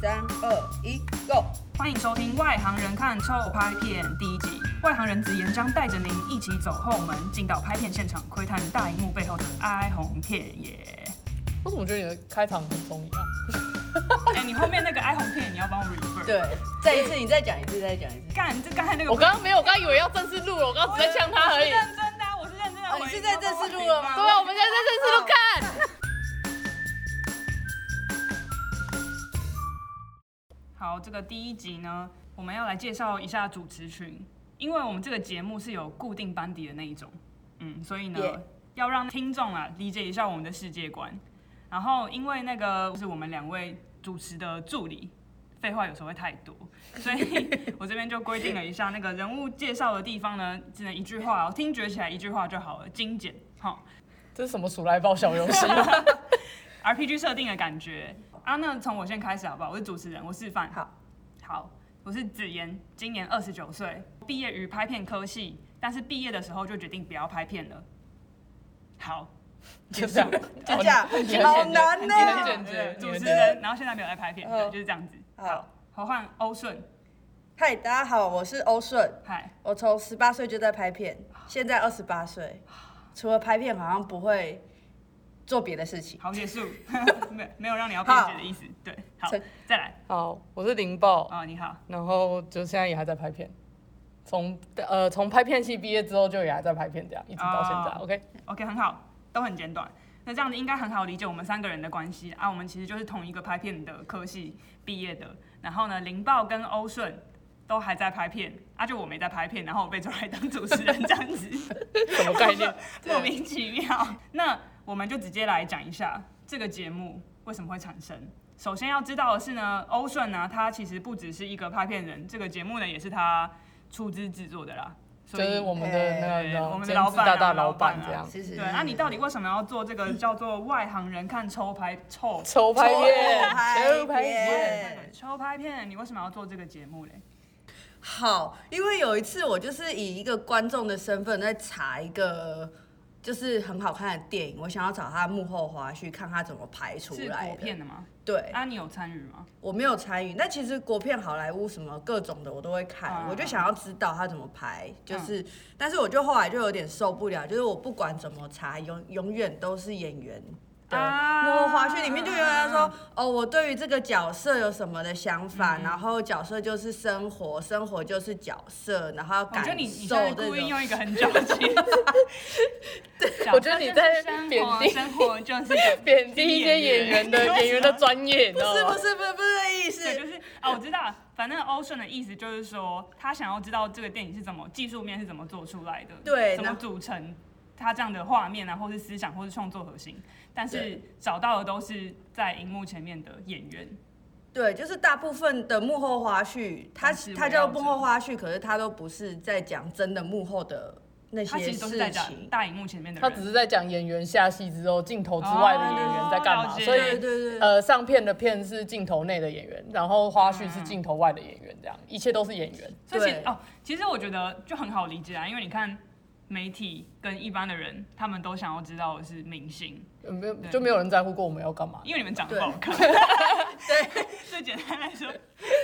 三二一，Go！欢迎收听《外行人看臭拍片》第一集。外行人子言将带着您一起走后门，进到拍片现场，窥探大荧幕背后的哀鸿遍野。我怎么觉得你的开场很中一啊？ 哎、你后面那个哀鸿遍野，你要帮我 refer。，对，再一次，你再讲一次，再讲一次。干，这刚才那个 我刚刚没有，我刚刚以为要正式录了，我刚刚只在呛他而我已是。认真的啊，我是认真的。哦你是在正式录了吗对啊，我们现在在正式录看。好，这个第一集呢，我们要来介绍一下主持群，因为我们这个节目是有固定班底的那一种，嗯，所以呢 Yeah 要让听众啊理解一下我们的世界观。然后因为那个是我们两位主持的助理，废话有时候会太多， 所以我这边就规定了一下那个人物介绍的地方呢，只能一句话哦，听觉起来一句话就好了，精简，好。这是什么鼠来宝小游 戏吗？ RPG 设定的感觉啊。那从我先开始好不好？我是主持人，我示范。好，好，我是子妍，今年二十九岁，毕业于拍片科系，但是毕业的时候就决定不要拍片了。好，就这样，就这样很简好洁难哦很简对洁，主很持简洁。人，然后现在没有在拍片，对，嗯就是这样子。好，好，换欧顺，嗨，大家好，我是欧顺，嗨，我从十八岁就在拍片，现在二十八岁，除了拍片好像不会做别的事情。好 结束，没没有让你要辩解的意思。对，好成，再来。好，我是林豹，哦，你好，然后就现在也还在拍片。从呃从拍片系毕业之后就也还在拍片，这样一直到现在。哦 OK， OK，很好，都很简短。那这样子应该很好理解我们三个人的关系啊。我们其实就是同一个拍片的科系毕业的。然后呢，林豹跟欧顺都还在拍片，啊，就我没在拍片，然后我被抓来当主持人这样子， 什么概念？ 莫名其妙。那我们就直接来讲一下这个节目为什么会产生。首先要知道的是呢，欧顺呢，他其实不只是一个拍片人，这个节目呢也是他出资制作的啦。所就以哎是我们的那个对你知道我们的监老制板啊大大老老板啊板这样，是是是。对，那你到底为什么要做这个叫做外行人看抽拍臭抽拍片，抽拍片抽拍片。抽拍片？你为什么要做这个节目嘞？好，因为有一次我就是以一个观众的身份在查一个就是很好看的电影，我想要找他幕后花絮，看他怎么拍出是来国的。片的吗？对，啊，你有参与吗？我没有参与，但其实国片、好莱坞什么各种的我都会看，嗯我就想要知道他怎么拍，就是，但是我就后来就有点受不了，就是我不管怎么查，永永远都是演员。的啊幕后花絮里面就有人说，哦，我对于这个角色有什么的想法，嗯然后角色就是生活，生活就是角色，然后要哦我觉感得你你受现在这故意种。用一个很 矫情， 对我觉得你在生贬活低生活就是讲贬低一些演员的演员的专业，你不知道是不吗？是不是不是这意对，就思，是啊，我知道，反正欧顺的意思就是说，他想要知道这个电影是怎么技术面是怎么做出来的，对怎么然后组成他这样的画面啊，或是思想，或是创作核心，但是找到的都是在荧幕前面的演员，对，就是大部分的幕后花絮，它都是围绕它叫着幕后花絮，可是它都不是在讲真的幕后的那他些其实都是在事讲情。大荧幕前面的他人，只是在讲演员下戏之后，镜头之外的演员在干哦嘛，了解所对以。对哦对，呃，上片的片是镜头内的演员，然后花絮是镜头外的演员，这样一切都是演员。所以其对哦，其实我觉得就很好理解啊，因为你看媒体跟一般的人，他们都想要知道的是明星，呃没有对就没有人在乎过我们要干嘛，因为你们长得不好看， 对， 最简单来说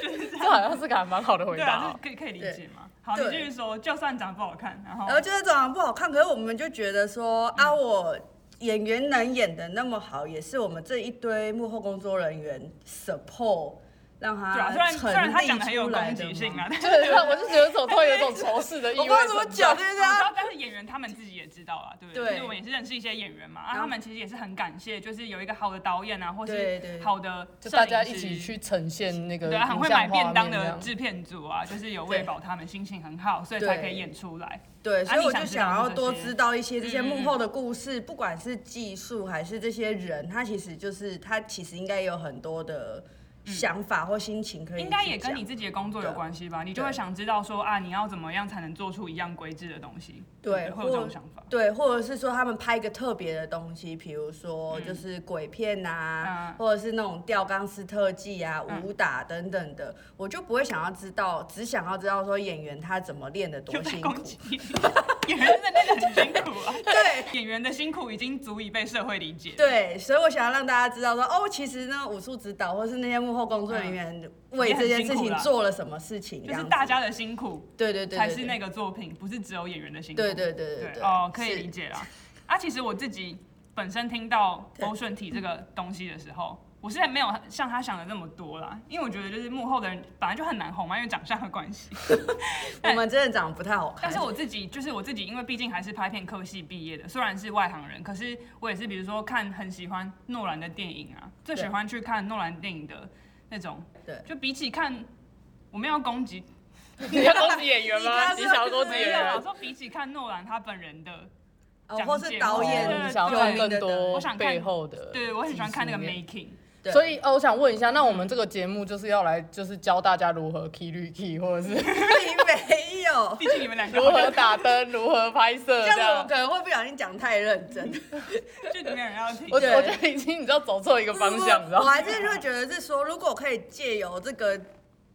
就是这这样。好像是个还蛮好的回对答啊，哦这。可以可以理对解嘛？好，你对继续说，就算长得不好看，然后然后就是长得不好看，可是我们就觉得说啊，我演员能演的那么好，也是我们这一堆幕后工作人员 support 让他对啊，虽然虽然成他立讲的很有出来攻的击嘛性啊，但 是就是 让我就觉得总突然有一种仇视的 意我味不知道怎么存在。讲，就是这然后样。但是演员他们自己也知道啊，对不对？啊对就是我们也是认识一些演员嘛，啊，然后他们其实也是很感谢，就是有一个好的导演啊，或对是对好的就摄大影家一起师去呈现那个对啊，很影会买像便画当面这的样。制片组啊，就是有喂对饱他们，心情很好，所以对才可以演出来。对，所啊以你我想就知道想的要这多些知道一些这些嗯嗯幕后的故事，不管是技术还是这些人，他其实就是他其实应该有很多的想法或心情可以嗯应该去也跟讲你自己的工作有对关系吧？你就会对想知道说啊，你要怎么样才能做出一样规制的东西？对会有这种或想法。对，或者是说他们拍一个特别的东西，比如说就是鬼片啊，嗯或者是那种吊钢丝特技啊、嗯武打等等的，我就不会想要知道，只想要知道说演员他怎么练的多就辛在苦攻。击你， 演员真的真的很辛苦啊。对，演员的辛苦已经足以被社会理解。对，所以我想要让大家知道说，哦，其实呢，武术指导或是那些幕后工作人员为这件事嗯也很辛苦情啦做了什么事情，这就样是子大家的辛苦对对对，才是那个，个作品，不是只有演员的辛苦。对对对对对对，哦，可以是理解啦。啊，其实我自己本身听到对欧顺提这个东西的时候，我是没有像他想的那么多啦，因为我觉得就是幕后的人本来就很难红嘛，因为长相的关系。我们真的长得不太好看，但是我自己就是我自己，因为毕竟还是拍片科系毕业的，虽然是外行人，可是我也是，比如说看很喜欢诺兰的电影啊，最喜欢去看诺兰电影的那种。对就比起看，我们要攻击你要攻击演员吗？你你刚刚说想要攻击没演没有啊员啊，我？说比起看诺兰他本人的，哦讲或是解导演对哦你想要有看名的更的 多我想看背后的，对我很喜欢看那个美。 making。对所以哦，我想问一下，那我们这个节目就是要来就是教大家如何 key 绿 key，或者 是你没 有，啊毕竟你们两个如好像何打灯、如何拍摄这这样我样可。能会不小心讲太认真，就没有人要听我。对我觉得已经你知道走错一个方向，你知道我 吗？还是会觉得是说，如果可以借由这个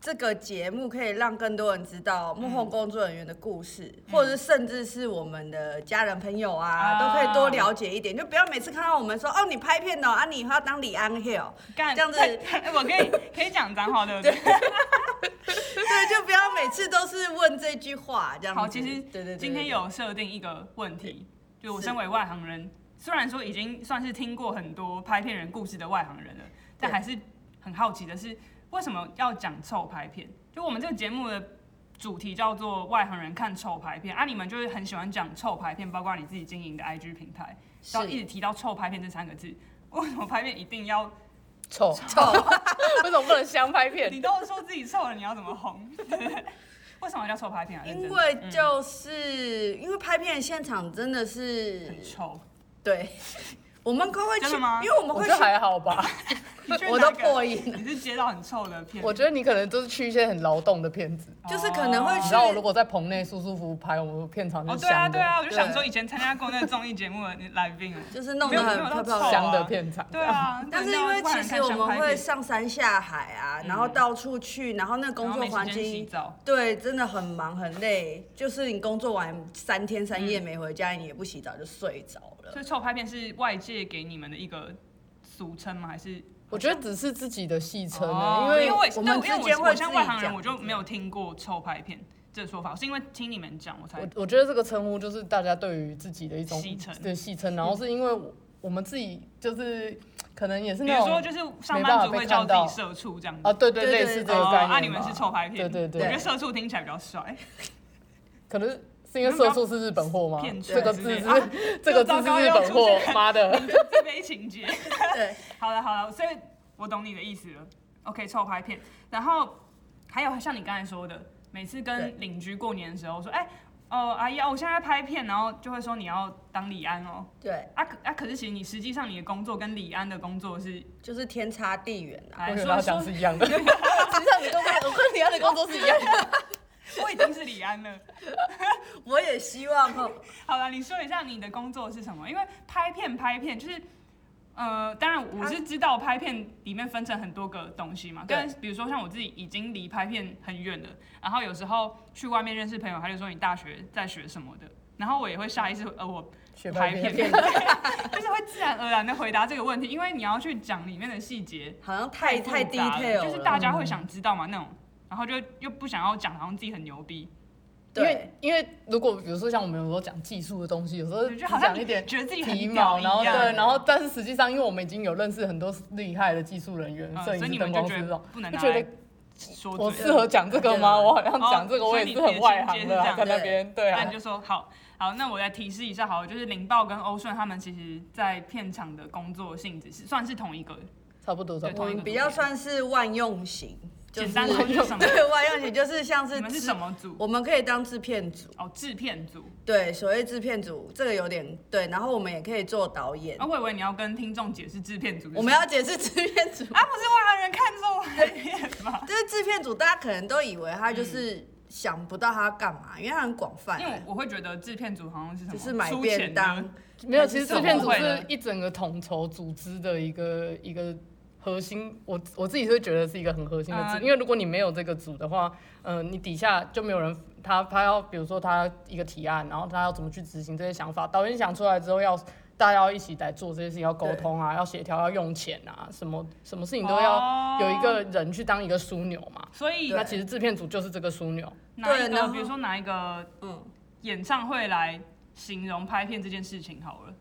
这个节目，可以让更多人知道幕后工作人员的故事，嗯或者是甚至是我们的家人朋友啊，啊都可以多了解一点，就不要每次看到我们说哦，你拍片哦，啊，你以后要当李安 Hill，干 哎这样子我可以可以讲脏话对不对？对，就不要每次都是问这句话这样子。好，其实对对对，今天对有设定一个问题，就我是身为外行人，虽然说已经算是听过很多拍片人故事的外行人了，但对还是很好奇的是，为什么要讲臭拍片？就我们这个节目的主题叫做“外行人看臭拍片”，啊，你们就是很喜欢讲臭拍片，包括你自己经营的 IG 平台，是然后一直提到臭拍片这三个字。为什么拍片一定要？丑，臭， 为什么不能香 拍片？你都说自己臭了，你要怎么红？ 为什么叫臭拍片啊？认真因的为就是、因为拍片现场真的是很臭，对， 我们都会去真的吗，因为我们我会觉得去还好吧，你去我哪都个破音了，你是接到很臭的片，我觉得你可能就是去一些很劳动的片子。就是可能会哦啊你知道，我如果在棚内舒舒服服拍，我们片场哦，就对啊，香对的，啊，我就想说以前参加过那个综艺节目的来宾 啊，就是弄得没有很没有漂到漂臭亮啊亮。香的片场。对啊，但是因为其实我们会上山下海啊，然后到处去，然后那个工作环嗯然后没时间洗境，澡，对，真的很忙很累。就是你工作完三天三嗯夜没回家，你也不洗澡就睡着了。所以臭拍片是外界给你们的一个俗称吗？还是我觉得只是自己的戏称哦呢，因因为为我也我们对因为之间我会我像自己外行人，讲我就没有听过臭拍片这个说法，我是因为听你们讲我才我我觉得这个称呼就是大家对于自己的一种戏称对戏称，然后是因为我我们自己就是可能也是比那如说就种是上班族会叫自己社畜这样子啊，。对对，对对类似这对个哦概念嘛。啊，你们是臭拍片，对对对我觉得社畜听起来比较帅，可能是因为色素是日本货吗骗？子这个字之类的啊是这个字糟糕是日又本出货现，妈的！自卑情节。对， 好了好了，所以我懂你的意思了。OK，臭拍片，然后还有像你刚才说的，每次对跟邻居过年的时候说，哎、哦阿姨，啊我现在在拍片，然后就会说你要当李安哦。对，啊可啊，可是其实你实际上你的工作跟李安的工作是，就是天差地远 啊。哎我跟说他讲说是一样的， 实际上你工作，我跟你的工作是一样的。我已经是李安了。我也希望哦，好了，你说一下你的工作是什么？因为拍片拍片就是。呃，当然啊我是知道拍片里面分成很多个东西嘛，对但是比如说像我自己已经离拍片很远了，然后有时候去外面认识朋友，他就说你大学在学什么的，然后我也会下意识呃我 嗯学拍拍片，片， 就是会自然而然的回答这个问题，因为你要去讲里面的细节好像太太复杂 detail 了，了就是大家会想知道嘛那种，然后就又不想要讲，好像自己很牛逼，因对为。因为如果比如说像我们有时候讲技术的东西，有时候就只好像讲一点觉得自己很皮屌毛，一然后对样，然后但是实际上，因为我们已经有认识很多厉害的技术人员嗯，摄所影以师、你灯们就光师觉这得种，不能就拿觉来得说我嘴适合讲这个吗？对我好像讲这个哦我也是很外行的所啊，在以你那的边对那啊你，就说好好，那我来提示一下，好了，就是林豹跟欧顺他们其实在片场的工作性质是算是同一个，差不多差对不我多。们比较算是万用型，就简是单说就是什么？对万用型就是像是你们是制什么组？我们可以当制片组，哦，制片组。对，所谓制片组这个有点对，然后我们也可以做导演啊，。我以为你要跟听众解释制片组是什么。我们要解释制片组，啊，不是外行人看这种拍片吧？就是制片组大家可能都以为他就是想不到他要干嘛，因为他很广泛嗯因，为我我会觉得制片组好像是什么，就是买出便钱的当，嗯没有，其实还是制片怎组么会是呢一整个统筹组织的一个一个核心，我我自己是会觉得是一个很核心的组，嗯因为如果你没有这个组的话，嗯、你底下就没有人，他他要比如说他一个提案，然后他要怎么去执行这些想法，导演想出来之后要大家要一起来做这些事情，要沟通啊，要协调，要用钱啊，什么什么事情都哦要有一个人去当一个枢纽嘛。所以那其实制片组就是这个枢纽，拿一对然后个，比如说拿一个嗯，演唱会来形容拍片这件事情好了，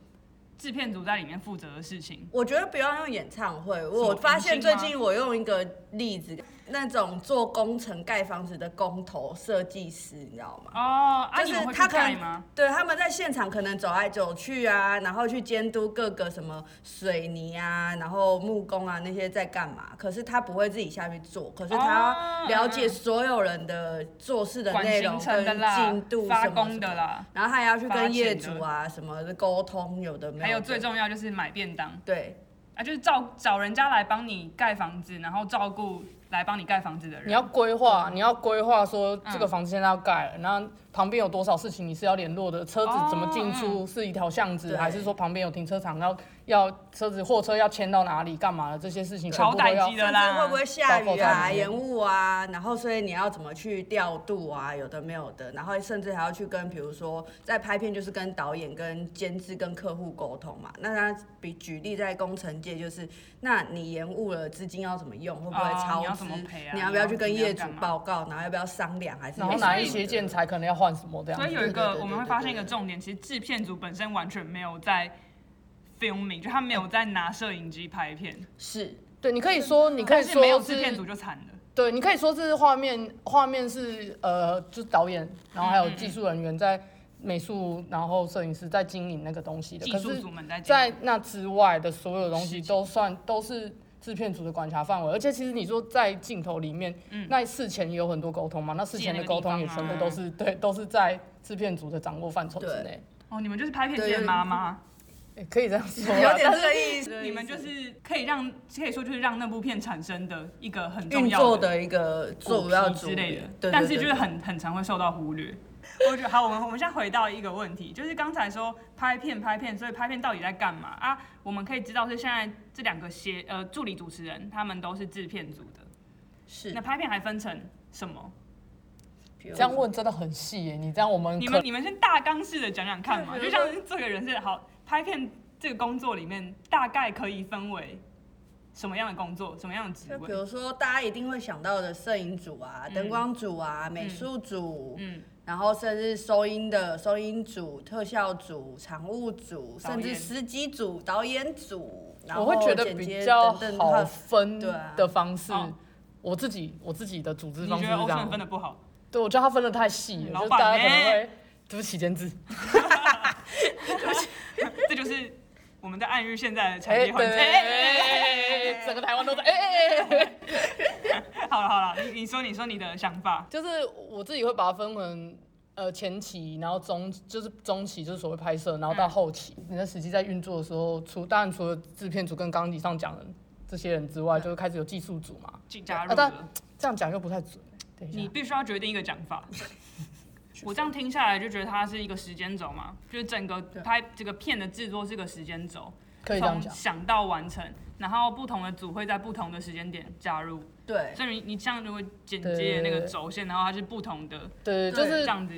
制片组在里面负责的事情，我觉得不要用演唱会。么我发现明星最吗近我用一个例子，那种做工程盖房子的工头设计师，你知道吗？哦，啊，就你是们会去他可盖能吗？对他们在现场可能走来走去啊，然后去监督各个什么水泥啊，然后木工啊那些在干嘛，可是他不会自己下去做，可是他哦要了解所有人的做事的管内行容程跟的啦进度，什发么什工么的啦，然后他还要去发跟钱业的主啊什么的沟通，有的没有的，还有最重要就是买便当对啊，就是照找人家来帮你盖房子，然后照顾来帮你盖房子的人。你要规划，你要规划说这个嗯房子现在要盖了，那、旁边有多少事情你是要联络的，车子怎么进哦出、是一条巷子，对还是说旁边有停车场，要要车子货车要迁到哪里，干嘛的这些事情全超部都待要机。的甚啦，至会不会下包括雨他啊、们延误啊，然后所以你要怎么去调度啊，有的没有的，然后甚至还要去跟，比如说在拍片就是跟导演、跟监制、跟客户沟通嘛。那他比举例在工程界就是，那你延误了，资金要怎么用，会不会哦超你要支怎么赔啊？你要不要去跟你要业主干嘛报告？然后要不要商量？还是然后有哪什一么些的建材可能要换什么这样欸所以子？有一对对个对我们会对发对现一个对重点，其实制片组本身完全没有在 filming，就他没有在拿摄影机 拍片，是对，你可以说，你可以嗯但是没有说制片组是，就惨了。对，你可以说这是画面，画面是呃，就是导演，然后还有嗯技术人员在美术，然后摄影师在经营那个东西的。技可术是组们在在那之外的所有东西事情都算都是制片组的管辖范围，而且其实你说在镜头里面，那事前也有很多沟通嘛，那事前的沟通也全部都是、对，都是在制片组的掌握范畴之内，哦，你们就是拍片对界的妈妈，也可以这样说啦。 有点这个意思。 你们就是可以让可以说就是让那部片产生的一个很重运要作的一个主主要题主之类流的，对但对是对就是很很常会受到忽略。我觉得好，我们我们现在回到一个问题，就是刚才说拍片拍片，所以拍片到底在干嘛啊？我们可以知道是现在这两个协呃助理主持人，他们都是制片组的。是那拍片还分成什么？这这样问真的很细耶，你这样我们你可们你们先大纲式的讲讲看嘛，对比如就像说是这个人是好拍片这个工作里面大概可以分为什么样的工作，什么样的职就比位？如说，大家一定会想到的摄影组啊、灯光组啊、美术组，嗯，然后甚至收音的收音组、特效组、场务组，导甚演至司机组、导演组，然我后会觉得剪接比较等等好分对啊的方式哦。我自己我自己的组织你方觉式得是这欧顺样分，的不好？ 对我觉得他分的太细了，老就是板大家可能欸会对不起监制，这就是我们在暗喻现在的产哎业对环境。 哎哎哎哎整个台湾都在哎哎哎哎哎。 好了好了，你你说你说你的想法，就是我自己会把它分成呃前期，然后中就是中期就是所谓拍摄，然后到嗯后期、你在实际在运作的时候，除当然除了制片组跟刚刚以上讲的这些人之外，嗯就会开始有技术组嘛。进加入啊哦但了，这样讲又不太准、欸等一你下，必须要决定一个讲 法。我这样听下来就觉得它是一个时间轴嘛，就是整个拍这个片的制作是个时间轴，可以这样从讲。想到完成，然后不同的组会在不同的时间点加入。对，所以你你像如果剪对接对那个对轴线，然后它是不同的，对，就对这是样子。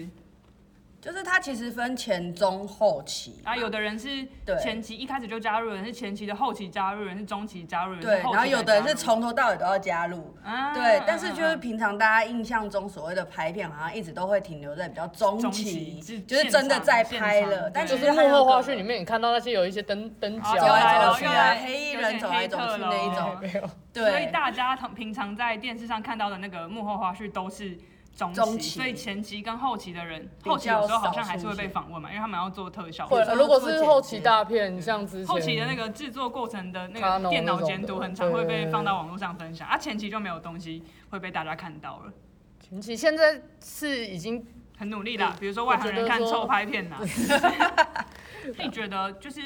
就是它其实分前中后期嘛然后啊有的人是对前期一开始就加入，有人是前期的后期加入，有人是中期加入，有人对，是后期然后有的人才是加入从头到尾都要加入。啊对，但是就是嗯嗯平常大家印象中所谓的拍片，好像一直都会停留在比较中中期，期就是真的在拍现场了。但对其就实是还幕有后个花絮里面，你看到那些有一些灯灯脚哦走来啊走去又啊，来啊，黑衣人走来走去那一种，没有对，所以大家同平常在电视上看到的那个幕后花絮都是中期，中期所以前期跟后期的人，比较后期有时候好像还是会少出被现访问嘛，因为他们要做特效。会有时候如果做是剪后期接大片，像之前后期的那个制作过程的那 Canon 个电脑监那种督，的很常会被对放到网络上分享，啊，前期就没有东西会被大家看到了，前期现在是已经很努力啦。比如说我外觉得行人看说臭拍片 啦，你觉得就是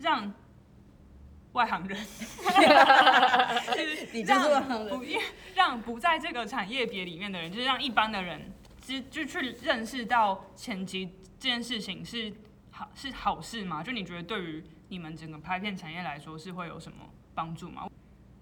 让外行人，你就是外行让人不让不在这个产业别里面的人，就是让一般的人知就去认识到前期这件事情是好是好事吗？就你觉得对于你们整个拍片产业来说是会有什么帮助吗？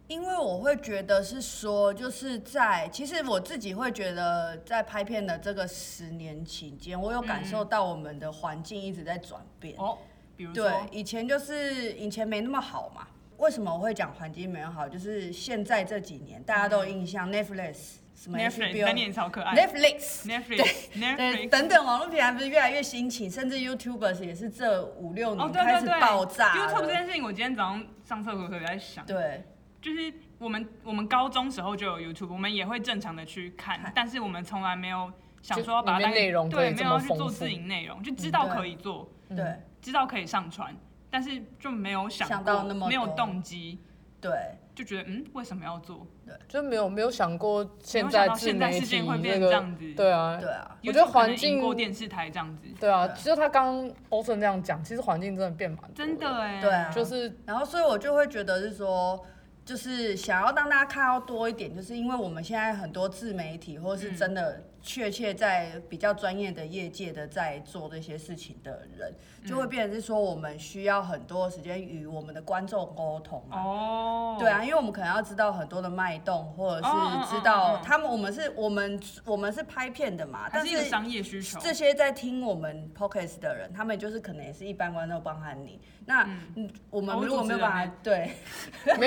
因为我会觉得是说，就是在其实我自己会觉得，在拍片的这个十年期间，我有感受到我们的环境一直在转变。嗯哦，比如对说，，以前就是以前没那么好嘛。为什么我会讲环境没有好？就是现在这几年大家都有印象、，Netflix 什么嗯 Netflix 那 HBO、念超可爱 Netflix 对， ，Netflix，Netflix。等等，网络平台不是越来越兴起，甚至 YouTubers 也是这五六哦，年对开对始对爆炸了。 ，YouTube 这件事情，我今天早上上厕所的时候也在想，对就是我们我们高中时候就有 YouTube，我们也会正常的去看，但是我们从来没有想说要把它就里面当内容可以对，没这有么要去丰做富嗯自营内容，就知道可以做，对知道可以上传，但是就没有想想过到那么没有多动机，对就觉得嗯为什么要做？就没有没有想过现没有想在到自现在世媒界体会变成这这个样子，对啊，对啊，我觉得 YouTube 可能环境赢过电视台这样子，对啊，对啊其实他刚欧顺这样讲，其实环境真的变蛮多真的哎，对啊就是然后所以我就会觉得是说。就是想要让大家看到多一点，就是因为我们现在很多自媒体，或是真的确切在比较专业的业界的在做这些事情的人，嗯就会变成是说我们需要很多时间与我们的观众沟通嘛。哦，对啊，因为我们可能要知道很多的脉动，或者哦嗯是知嗯嗯道嗯他们，我们是我们我们是拍片的嘛，还但是一个是商业需求，这些在听我们 podcast 的人，他们就是可能也是一般观众帮喊你。那嗯我们哦我如果主没有持人把欸它对 没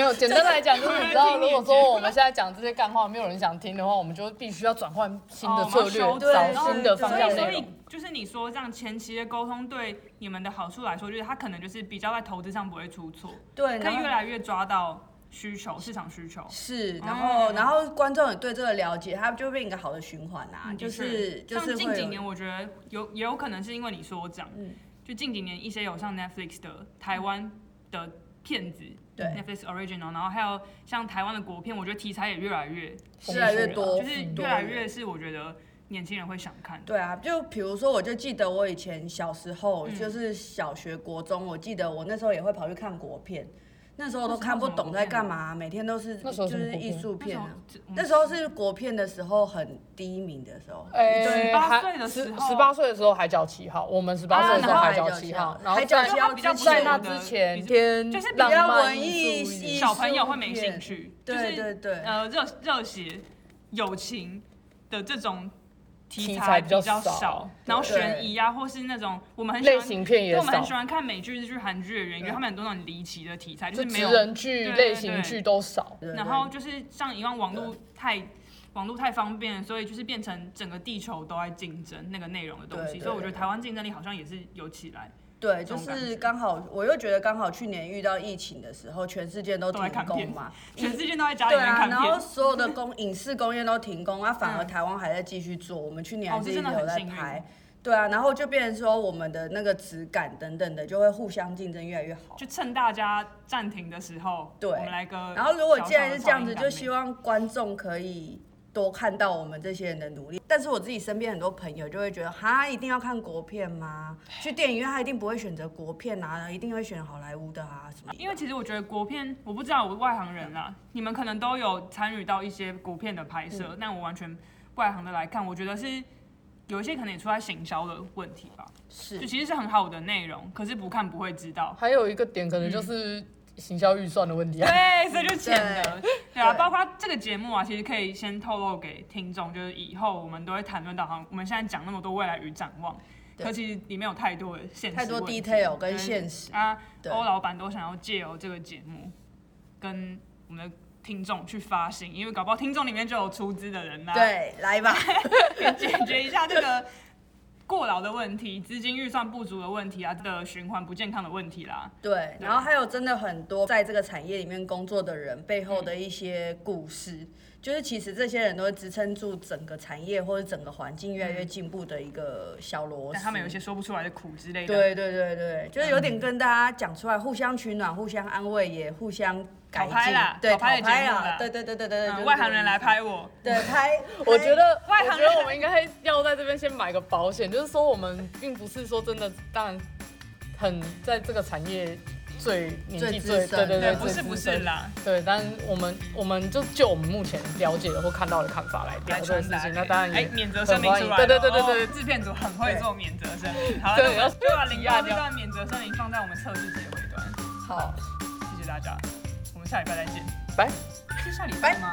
有简单来讲，就是你知道，听你如的果节说目我们现在讲这些干话，没有人想听的话，我们就必须要转换新的哦策略，我们正要修找新对的方所向以，所内以容。就是你说这样前期的沟通对你们的好处来说，就是它可能就是比较在投资上不会出错，对，可以然后越来越抓到需求、市场需求。是，然哦后然后观众也对这个了解，他就变一个好的循环啊，嗯就的确是就像是近会几有年，我觉得有也有可能是因为你说这样，嗯就近几年一些有像 Netflix 的台湾的片子。对 Netflix original，然后还有像台湾的国片，我觉得题材也越来越，越来越丰富多，就是嗯越来越是我觉得年轻人会想看的。对啊，就比如说，我就记得我以前小时候，嗯就是小学、国中，我记得我那时候也会跑去看国片，那时候都看不懂在干嘛，每天都是那时候就什么是国片艺术片啊。啊那那时时候是国片的时候很低迷的时候，哎， 18还岁的时候十八岁的时候海角七号，我们十八岁的时候啊海然后海角角七七号号，然后海角在七号比较在之那前之前，比偏就是比较浪漫文艺艺术一点系小朋友会没兴趣，对就对是对呃热热血、友情的这种题题材比比较较少少，然后对悬疑啊，或是那种我们很喜类欢，型片因为也我们少很，喜欢看美剧、日剧、韩剧的原因，因为他们很多那种离奇的题材，就就是没职有。人对剧、对类型对剧都少。对然对后就是像以往网络太网络太方便，所以就是变成整个地球都在竞争那个内容的东西，对所以我觉得对嗯台湾竞争力好像也是有起来。对，就这种感是刚好，我又觉得刚好去年遇到疫情的时候，全世界都都在停看工片嘛， 全世界都在家里对面啊，看然后片，嗯所有的工 影视工业都停工啊，反而台湾还在继续做，我们去年哦还是这一直真的很有在幸运拍。对啊，然后就变成说我们的那个质感等等的，就会互相竞争越来越好。就趁大家暂停的时候，对我们来个。然后如果既然是这样子，就希望望观众可以多看到我们这些人的努力。但是我自己身边很多朋友就会觉得，哈，一定要看国片吗？去电影院他一定不会选择国片啊，一定会选好莱坞的啊什么的。因为其实我觉得国片，我不知道我外行人啦，你们可能都有参与到一些国片的拍嗯摄，但我完全外行的来看，我觉得是有一些可能也出在行销的问题吧，是就其实是很好的内容，可是不看不会知道。还有一个点可能就是行销预算的问题啊。，嗯对，所以就浅了。对啊，对包括这个节目啊，其实可以先透露给听众，就是以后我们都会谈论到，好像我们现在讲那么多未来与展望，对可其实里面有太多的现实太多问题 detail 跟现实啊，对欧老板都想要借由这个节目跟我们的听众去发行，因为搞不好听众里面就有出资的人啦、，啊对，来吧，解决一下这个过劳的问题、资金预算不足的问题啊，这个循环不健康的问题啦。对，对然后还有真的很多在这个产业里面工作的人背后的一些故事，就是其实这些人都会支撑住整个产业或者整个环境越来越进步的一个小螺丝。但他们有一些说不出来的苦之类的。对对对对，就是有点跟大家讲出来，互相取暖、互相安慰，也互相改讨拍进啦。对，讨讨拍的节目啦啦，对对对对对对，就是嗯，这外个行人意来思，拍我，对拍我觉得，哎外我行觉人得我们应该要在这边先买个保险，就是说我们并不是说真的，当然很在这个产业最年纪最最资深对对对，对，不是最资不是深，啦，对，但我们我们就就我们目前了解的或看到的看法来来聊这传个事达情给。，那当然哎也，免责声明出来了，对对对对对哦制片组很会做免责声明，好，对那我们就把要零八这要段免责声明放在我们测试结尾端，好。谢谢大家，我们下礼拜再见。拜。是下礼拜吗？